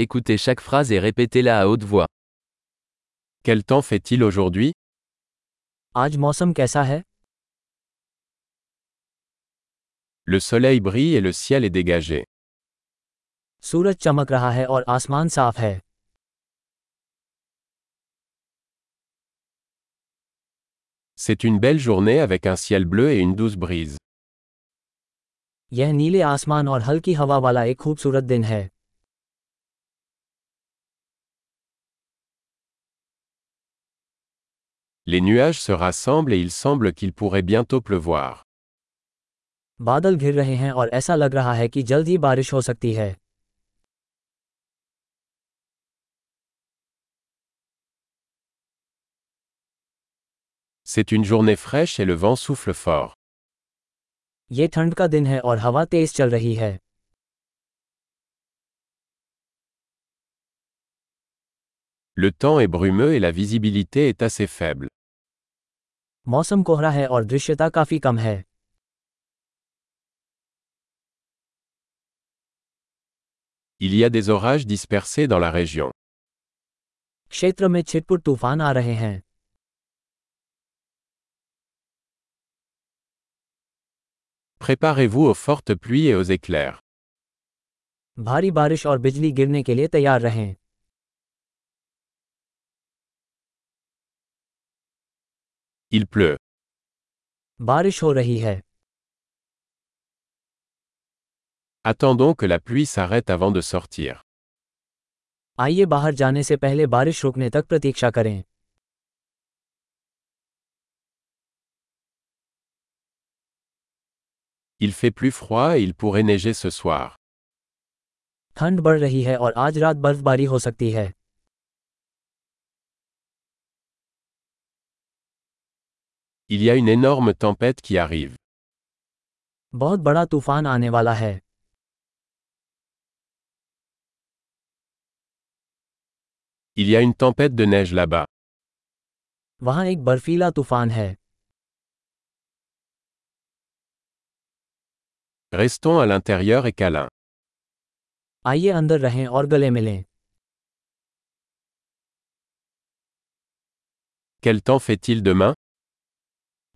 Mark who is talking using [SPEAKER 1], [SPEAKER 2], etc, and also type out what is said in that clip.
[SPEAKER 1] Écoutez chaque phrase et répétez-la à haute voix. Quel temps fait-il aujourd'hui
[SPEAKER 2] आज मौसम कैसा है
[SPEAKER 1] Le soleil brille et le ciel est dégagé.
[SPEAKER 2] सूरज चमक रहा है और आसमान साफ है
[SPEAKER 1] C'est une belle journée avec un ciel bleu et une douce brise.
[SPEAKER 2] यह नीले आसमान और हल्की हवा वाला एक खूबसूरत दिन है
[SPEAKER 1] Les nuages se rassemblent et il semble qu'il pourrait bientôt pleuvoir.
[SPEAKER 2] बादल घिर रहे हैं और ऐसा लग रहा है कि जल्द ही बारिश हो सकती है
[SPEAKER 1] C'est une journée fraîche et le vent souffle fort.
[SPEAKER 2] ये ठंड का दिन है और हवा तेज चल रही है
[SPEAKER 1] Le temps est brumeux et la visibilité est assez faible.
[SPEAKER 2] मौसम कोहरा है और दृश्यता काफ़ी कम है
[SPEAKER 1] Il y a des orages dispersés dans la région.
[SPEAKER 2] क्षेत्र में छिटपुट तूफान आ रहे हैं
[SPEAKER 1] Préparez-vous aux fortes pluies et aux éclairs.
[SPEAKER 2] भारी बारिश और बिजली गिरने के लिए तैयार रहें
[SPEAKER 1] Il pleut.
[SPEAKER 2] बारिश हो रही है
[SPEAKER 1] Attendons que la pluie s'arrête avant de sortir.
[SPEAKER 2] आइए बाहर जाने से पहले बारिश रुकने तक प्रतीक्षा करें
[SPEAKER 1] Il fait plus froid et il pourrait neiger ce soir.
[SPEAKER 2] ठंड बढ़ रही है और आज रात बर्फबारी हो सकती है
[SPEAKER 1] Il y a une énorme tempête qui arrive.
[SPEAKER 2] बहुत बड़ा तूफान आने वाला है
[SPEAKER 1] Il y a une tempête de neige là-bas.
[SPEAKER 2] वहाँ एक बर्फीला तूफान है
[SPEAKER 1] Restons à l'intérieur et câlin.
[SPEAKER 2] आइए अंदर रहें और गले मिलें
[SPEAKER 1] Quel temps fait-il demain